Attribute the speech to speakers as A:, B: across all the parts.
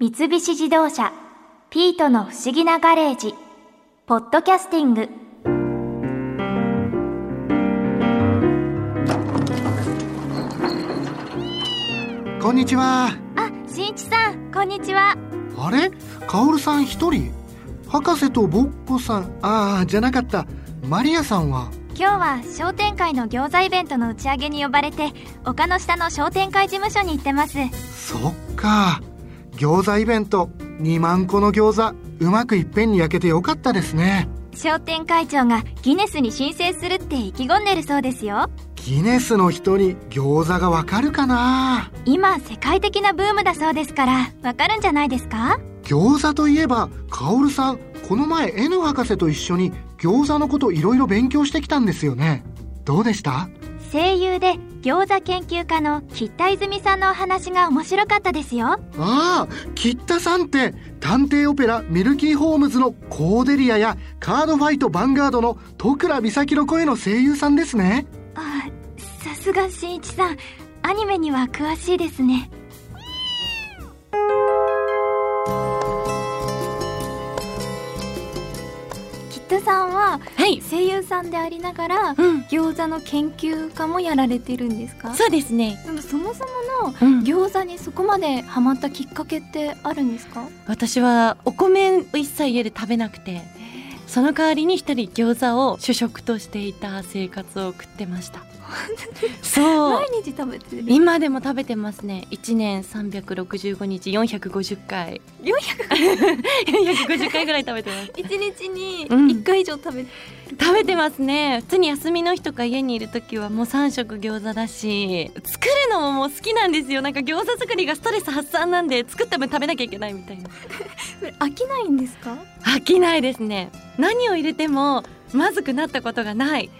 A: 三菱自動車「ピートの不思議なガレージ」「ポッドキャスティング」
B: こんにちは。
A: あ、しんいちさんこんにちは
B: あれカオルさん一人博士とボッコさん、ああ、じゃなかった。マリアさんは
A: 今日は商店会の餃子イベントの打ち上げに呼ばれて丘の下の商店会事務所に行ってます
B: そっか。餃子イベント、2万個の餃子、うまくいっぺんに焼けてよかったですね。
A: 商店会長がギネスに申請するって意気込んでるそうですよ
B: ギネスの人に餃子がわかるかな
A: 今世界的なブームだそうですからわかるんじゃないですか
B: 餃子といえば、カオルさん、この前 N 博士と一緒に餃子のこといろいろ勉強してきたんですよね。どうでした
A: 声優で餃子研究家の吉田泉さんのお話が面白かったですよ
B: ああ、キッタさんって、探偵オペラミルキーホームズのコーデリアやカードファイトヴァンガードの戸倉美咲の声の声優さんですね。
A: あさすがしんいちさんアニメには詳しいですねきっとさんは
C: はい、
A: 声優さんでありながら
C: うん、
A: 餃子の研究家もやられてるんですか
C: そうですね。
A: でもそもそもの
C: うん
A: 餃子にそこまでハマったきっかけってあるんですか
C: 私はお米を一切家で食べなくて、その代わりに一人餃子を主食としていた生活を送ってました。そう
A: 毎。日食べてる
C: 今でも食べてますね。一年三百六十五日四百五十回、四百五十回ぐらい食べてます。
A: 一日に
C: うん
A: 一回以上食べて
C: 食べてますね。普通に休みの日とか家にいる時はもう三食餃子だし、作るのももう好きなんですよ。なんか餃子作りがストレス発散なんで、作った分食べなきゃいけないみたいな。
A: る飽きないんですか
C: 飽きないですね何を入れてもまずくなったことがない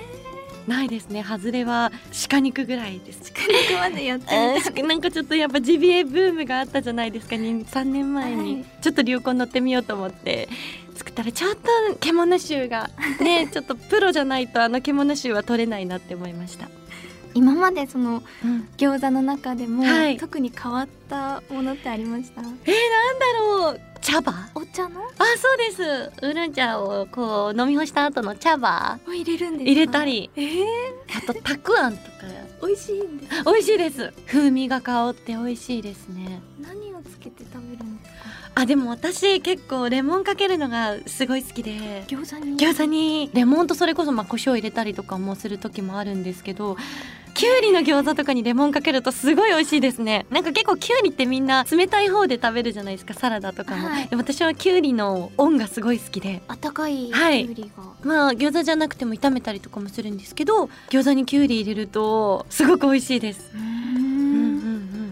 C: ないですね外れは鹿肉ぐらいです
A: ここまでやってみた
C: なんかちょっとやっぱジビエブームがあったじゃないですか3年前に、
A: はい
C: ちょっと流行に乗ってみようと思って作ったらちょっと獣臭が ねちょっとプロじゃないとあの獣臭は取れないなって思いました、
A: 今までその餃子の中でも、
C: はい
A: 特に変わったものってありました
C: なんだろう茶葉
A: お茶の
C: あそうですウーロン茶をこう飲み干した後の茶葉
A: を入れるんですか
C: 入れたり
A: えー、
C: あとたくあんとか
A: 美味しいんです
C: 美味しいです風味が香って美味しいですね
A: 何をつけて食べるんですか
C: あでも私結構レモンかけるのがすごい好きで
A: 餃子に
C: 餃子にレモンとそれこそまあ胡椒入れたりとかもする時もあるんですけどきゅうりの餃子とかにレモンかけるとすごい美味しいですねなんか結構きゅうりってみんな冷たい方で食べるじゃないですかサラダとかも、
A: はい
C: でも私はきゅうりの温がすごい好きで
A: 温かい
C: はい
A: きゅうりが、
C: まあ餃子じゃなくても炒めたりとかもするんですけど餃子にきゅうり入れるとすごく美味しいです、
A: うー
C: うんう
A: ん
C: んう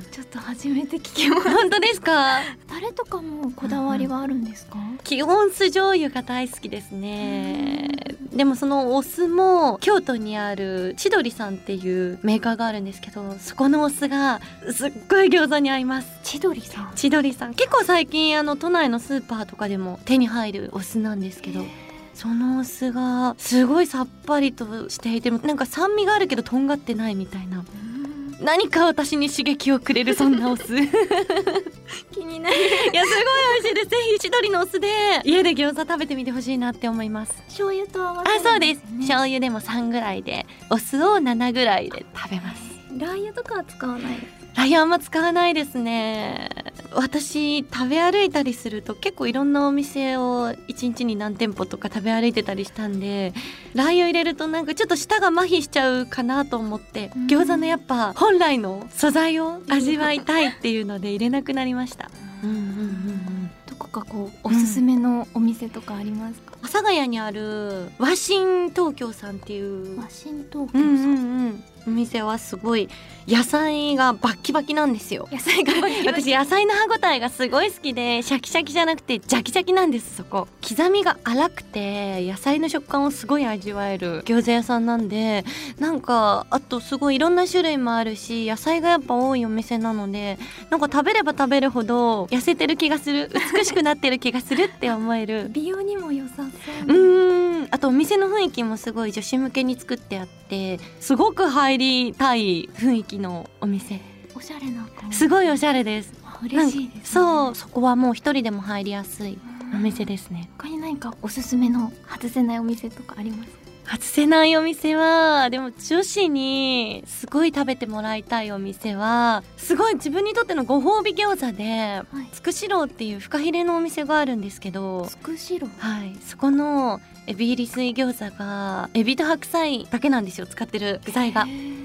C: ん
A: ちょっと初めて聞きます
C: 本当ですか
A: タレとかもこだわりはあるんですか、
C: 基本酢醤油が大好きですねでもそのお酢も京都にある千鳥さんっていうメーカーがあるんですけどそこのお酢がすっごい餃子に合います
A: 千鳥さん
C: 千鳥さん結構最近あの都内のスーパーとかでも手に入るお酢なんですけどそのお酢がすごいさっぱりとしていてなんか酸味があるけどとんがってないみたいな何か私に刺激をくれるそんなお酢
A: 気になる
C: いやすごい美味しいです。ぜひ千鳥のお酢で家で餃子食べてみてほしいなって思います。
A: 醤油と合わ
C: あ
A: せ、
C: そうです。醤油でも3ぐらいで、お酢を7ぐらいで食べます。
A: ラー油とかは使わない
C: ライオンあんま使わないですね。私食べ歩いたりすると結構いろんなお店を一日に何店舗とか食べ歩いてたりしたんでラー油入れるとなんかちょっと舌が麻痺しちゃうかなと思って
A: うん
C: 餃子のやっぱ本来の素材を味わいたいっていうので入れなくなりました。うんうんうんうん
A: どこかこうおすすめのお店とかありますか、
C: 阿佐ヶ谷にある和新東京さんっていう、
A: ワシントン
C: うんうんうん、お店はすごい野菜がバッキバキなんで すよ
A: 野菜が
C: 私野菜の歯ごたえがすごい好きでシャキシャキじゃなくてジャキジャキなんですそこ刻みが粗くて野菜の食感をすごい味わえる餃子屋さんなんでなんかあとすごいいろんな種類もあるし野菜がやっぱ多いお店なのでなんか食べれば食べるほど痩せてる気がする美しくなってる気がするって思える
A: 美容にも良さそう
C: う
A: な、
C: ーんあとお店の雰囲気もすごい女子向けに作ってあってすごく入りたい雰囲気のお店
A: おしゃれな感じ
C: すごいおしゃれです
A: 嬉しいです、ね、
C: そうそこはもう一人でも入りやすいお店ですね
A: 他に何かおすすめの外せないお店とかあります
C: 外せないお店はでも女子にすごい食べてもらいたいお店はすごい自分にとってのご褒美餃子で
A: はい
C: つくしろうっていうフカヒレのお店があるんですけど
A: つくしろ
C: はい、そこのエビ入り水餃子がエビと白菜だけなんですよ使ってる具材が
A: へー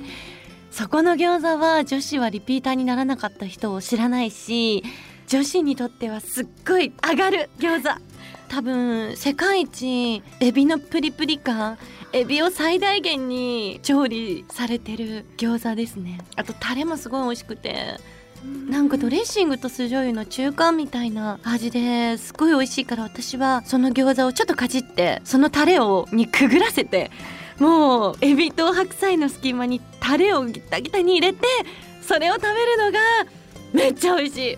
C: そこの餃子は女子はリピーターにならなかった人を知らないし女子にとってはすっごい上がる餃子多分世界一エビのプリプリ感エビを最大限に調理されてる餃子ですねあとタレもすごい美味しくてなんかドレッシングと酢醤油の中間みたいな味ですごい美味しいから私はその餃子をちょっとかじってそのタレをにくぐらせてもうエビと白菜の隙間にタレをギタギタに入れてそれを食べるのがめっちゃ美味しい。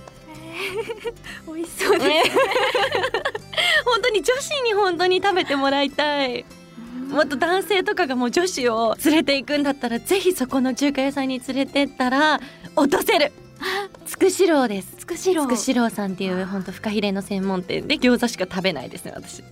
A: 美味しそうです、
C: 本当に女子に本当に食べてもらいたい。もっと男性とかがもう女子を連れて行くんだったらぜひそこの中華屋さんに連れてったら落とせるつくしろうです
A: つくしろ
C: つくしろうさんっていう本当フカヒレの専門店で餃子しか食べないですね私は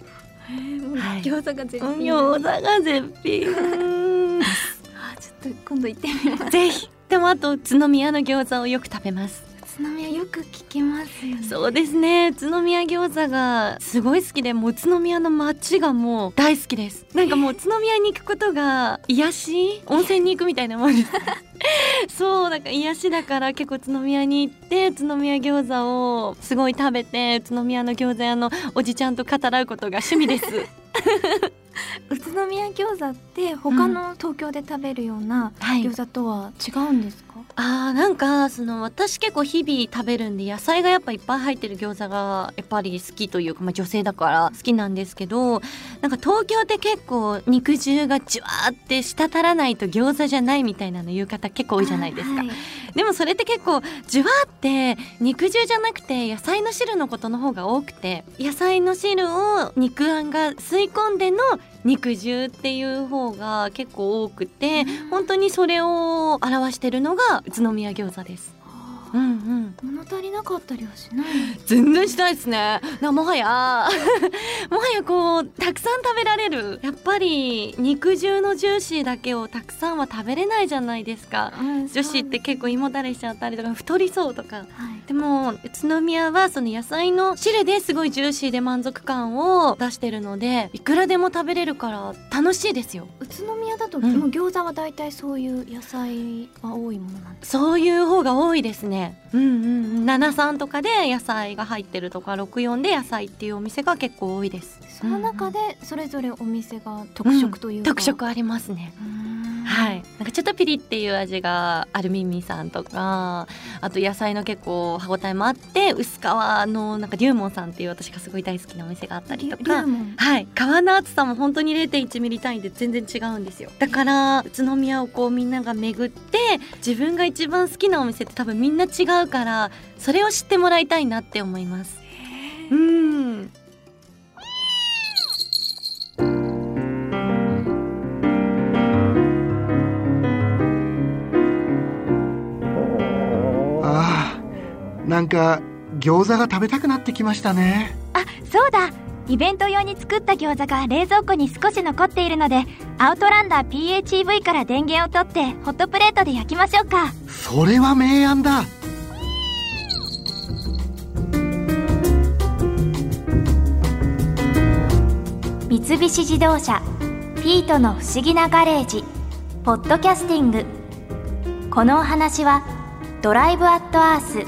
C: い
A: 餃子が絶品
C: 餃子が絶品
A: あちょっと今度行ってみます
C: ぜひでもあと宇都宮の餃子をよく食べます
A: 津波はよく聞きますよね
C: そうですね宇都宮餃子がすごい好きでもう宇都宮の街がもう大好きですなんかもう宇都宮に行くことが癒し温泉に行くみたいなもんです そうだから癒しだから結構宇都宮に行って宇都宮餃子をすごい食べて宇都宮の餃子屋のおじちゃんと語らうことが趣味です
A: 宇都宮餃子って他の東京で食べるような
C: はい
A: 餃子とは違うんですか、
C: あーなんかその私結構日々食べるんで野菜がやっぱいっぱい入ってる餃子がやっぱり好きというか、まあ、女性だから好きなんですけどなんか東京って結構肉汁がじゅわーって滴らないと餃子じゃないみたいなの言う方結構多いじゃないですか、
A: あはい
C: でもそれって結構じゅわーって肉汁じゃなくて野菜の汁のことの方が多くて野菜の汁を肉あんが吸い込んでの肉汁っていう方が結構多くて、本当にそれを表してるのが宇都宮餃子です。
A: あ
C: うんうん、
A: ー物足りなかったりはしないんです
C: 全然しないですね。なもはや もはやこうたくさん食べられる。やっぱり肉汁のジューシーだけをたくさんは食べれないじゃないですか。
A: か、うん
C: 女子って結構胃もたれしちゃったりとか太りそうとか。
A: はい
C: でも宇都宮はその野菜の汁ですごいジューシーで満足感を出してるのでいくらでも食べれるから楽しいですよ。
A: 宇都宮だと、
C: うん
A: もう餃子は大体そういう野菜が多いものなんです
C: そういう方が多いですね。うんうんうん。七三とかで野菜が入ってるとか、六四で野菜っていうお店が結構多いです。
A: その中でそれぞれお店が特色というか、
C: 特色ありますね。
A: うーん
C: はい、なんかちょっとピリっていう味がアルミミさんとかあと野菜の結構歯ごたえもあって薄皮のなんか龍門さんっていう私がすごい大好きなお店があったり
A: リ
C: と
A: リュ
C: か
A: ウモン
C: はい皮の厚さも本当に0 1ミリ単位で全然違うんですよだから宇都宮をこうみんなが巡って自分が一番好きなお店って多分みんな違うからそれを知ってもらいたいなって思いますうん
B: ああなんか餃子が食べたくなってきましたね
A: あそうだイベント用に作った餃子が冷蔵庫に少し残っているのでアウトランダー PHEV から電源を取ってホットプレートで焼きましょうか
B: それは名案だ
A: 三菱自動車ピートの不思議なガレージポッドキャスティングこのお話はドライブアットアース